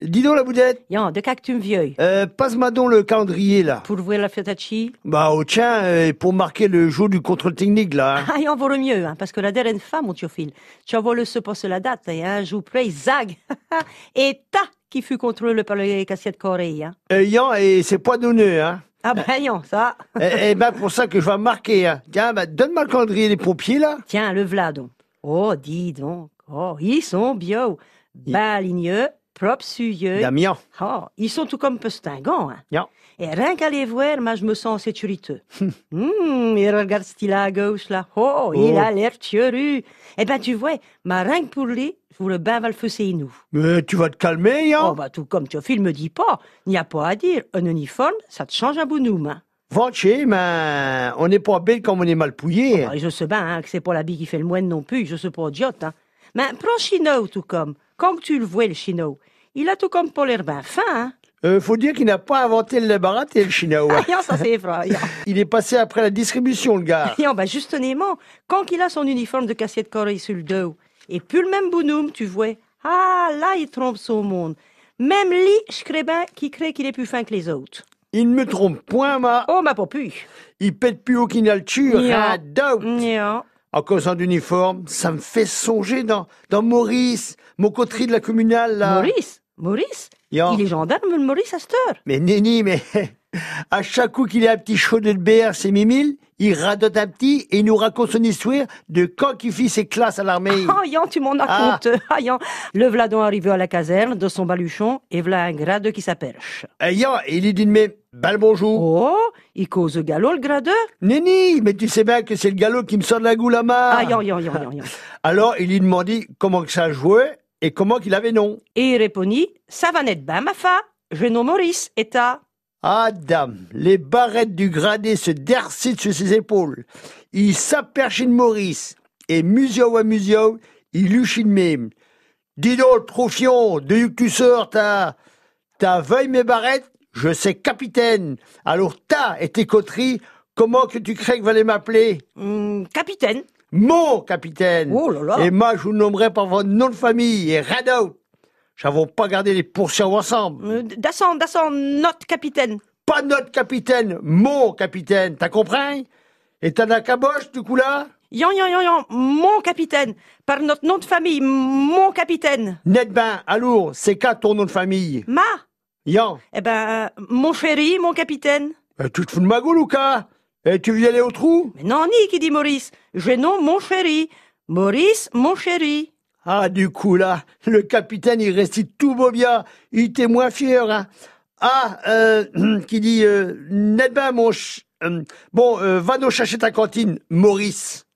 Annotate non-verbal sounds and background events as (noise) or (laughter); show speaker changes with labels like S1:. S1: Dis donc la boudette,
S2: Yan, de cactum vieux.
S1: euh, passe-moi donc le calendrier là.
S2: Pour ouvrir la fiotachi.
S1: Bah oh tiens, euh, pour marquer le jour du contrôle technique
S2: (laughs)
S1: là. hein.
S2: Ah, y'en vaut le mieux, hein, parce que la dernière fois, mon tiophile, tu as voulu se passer la date, et un jour plus, zag, (laughs) et ta qui fut contrôlé par les cassettes coréennes. Hein.
S1: Euh, Yan, et c'est pas donné hein.
S2: Ah ben, Yan, ça.
S1: Eh eh ben pour ça que je vais marquer hein. Tiens, bah donne-moi le calendrier des pompiers là.
S2: Tiens, le v'là donc. Oh, dis donc. Oh, ils sont bio. Baligneux, propre suyeux.
S1: Damien.
S2: Oh, ils sont tout comme pestingants. Hein.
S1: Yan.
S2: Et rien qu'à les voir, moi, je me sens en sécurité. Hum, et regarde ce qu'il a à gauche, là. Oh, il
S1: Oh.
S2: a l'air furieux. Eh ben, tu vois, ma rien que pour lui, je vous le bain va le fausser nous.
S1: Mais Euh, tu vas te calmer
S2: Oh,
S1: Yan.
S2: bah, tout comme Théophile me dit pas, il n'y a pas à dire. Un uniforme, ça te change un bonhomme. Hein.
S1: Va chez, mais on n'est pas belle comme on est mal pouillé.
S2: Ah, et je sais bien hein, que c'est pas l'habit qui fait le moine non plus, je sais pas idiote. Hein. Mais prends Chino, tout comme. Quand tu le vois, le Chino, il a tout comme pour l'air ben fin. Hein.
S1: Euh, faut dire qu'il n'a pas inventé le baraté le chinois.
S2: Ah, ça c'est effrayant.
S1: Il est passé après la distribution le
S2: (laughs)
S1: gars.
S2: Et bah justement, quand il a son uniforme de cassette corée sur le dos, et plus le même bonhomme, tu vois, ah là, il trompe son monde. Même lui, je crée bien qu'il crée qu'il est plus fin que les autres.
S1: Il ne me trompe point, ma.
S2: Oh, ma pas pu.
S1: Il pète plus haut qu'une alture.
S2: Nya.
S1: Ah, dope.
S2: Nya.
S1: En causant d'uniforme, ça me fait songer dans, dans Maurice, mon coterie de la communale, là.
S2: Maurice, Maurice,
S1: Nya.
S2: il est gendarme, le Maurice, à cette heure.
S1: Mais Nenni, mais (laughs) à chaque coup qu'il a un petit chaud de BR, c'est Mimile, il radote un petit et il nous raconte son histoire de quand il fit ses classes à l'armée.
S2: Ah, Yan, tu m'en
S1: Ah.
S2: racontes. Ah, Yan. Le Vladon arrivé à la caserne de son baluchon et voilà un gradeux qui s'aperche.
S1: Ayant, il lui dit de même, bah le bonjour.
S2: Ah. Oh, il cause au galop, le gradeux.
S1: Nenni, mais tu sais bien que c'est le galop qui me sort de la goule à
S2: Ah,
S1: marre.
S2: Yan, Yan, Yan, Yan, Yan.
S1: Alors, il lui demandit comment que ça jouait et comment qu'il avait nom.
S2: Et il répondit, ça va n'être pas ma fa. Je nomme Maurice et ta.
S1: Ah, dame, les barrettes du gradé se dercident sur ses épaules. Il s'aperchit de Maurice. Et musio à musio, il luchit de même. Dis donc, troufion, de où que tu sors, t'as, t'as veuille mes barrettes? Je sais capitaine. Alors, ta et tes coteries, comment que tu crées que vous allez m'appeler?
S2: Hum, capitaine.
S1: Mon capitaine.
S2: Oh là là.
S1: Et moi, je vous nommerai par votre nom de famille et radeau. J'avons pas gardé les poursuites ensemble.
S2: Euh, Descends, descends, notre capitaine.
S1: Pas notre capitaine, mon capitaine, t'as compris Et t'as de la caboche, du coup là
S2: Yan, Yan, Yan, Yan, mon capitaine. Par notre nom de famille, mon capitaine.
S1: Net ben, alors, c'est qu'à ton nom de famille
S2: Ma.
S1: Yan,
S2: Eh ben, euh, mon chéri, mon capitaine.
S1: euh, tu te fous de ma gueule ou quoi Et tu veux y aller au trou
S2: Mais non, ni qui dit Maurice. Je nomme mon chéri. Maurice, mon chéri.
S1: Ah, du coup là, le capitaine, il récite tout beau bien, il était moins fier, hein Ah, euh, (clears throat) qui dit, euh, net ben, mon ch... euh, bon, euh, va nous chercher ta cantine, Maurice.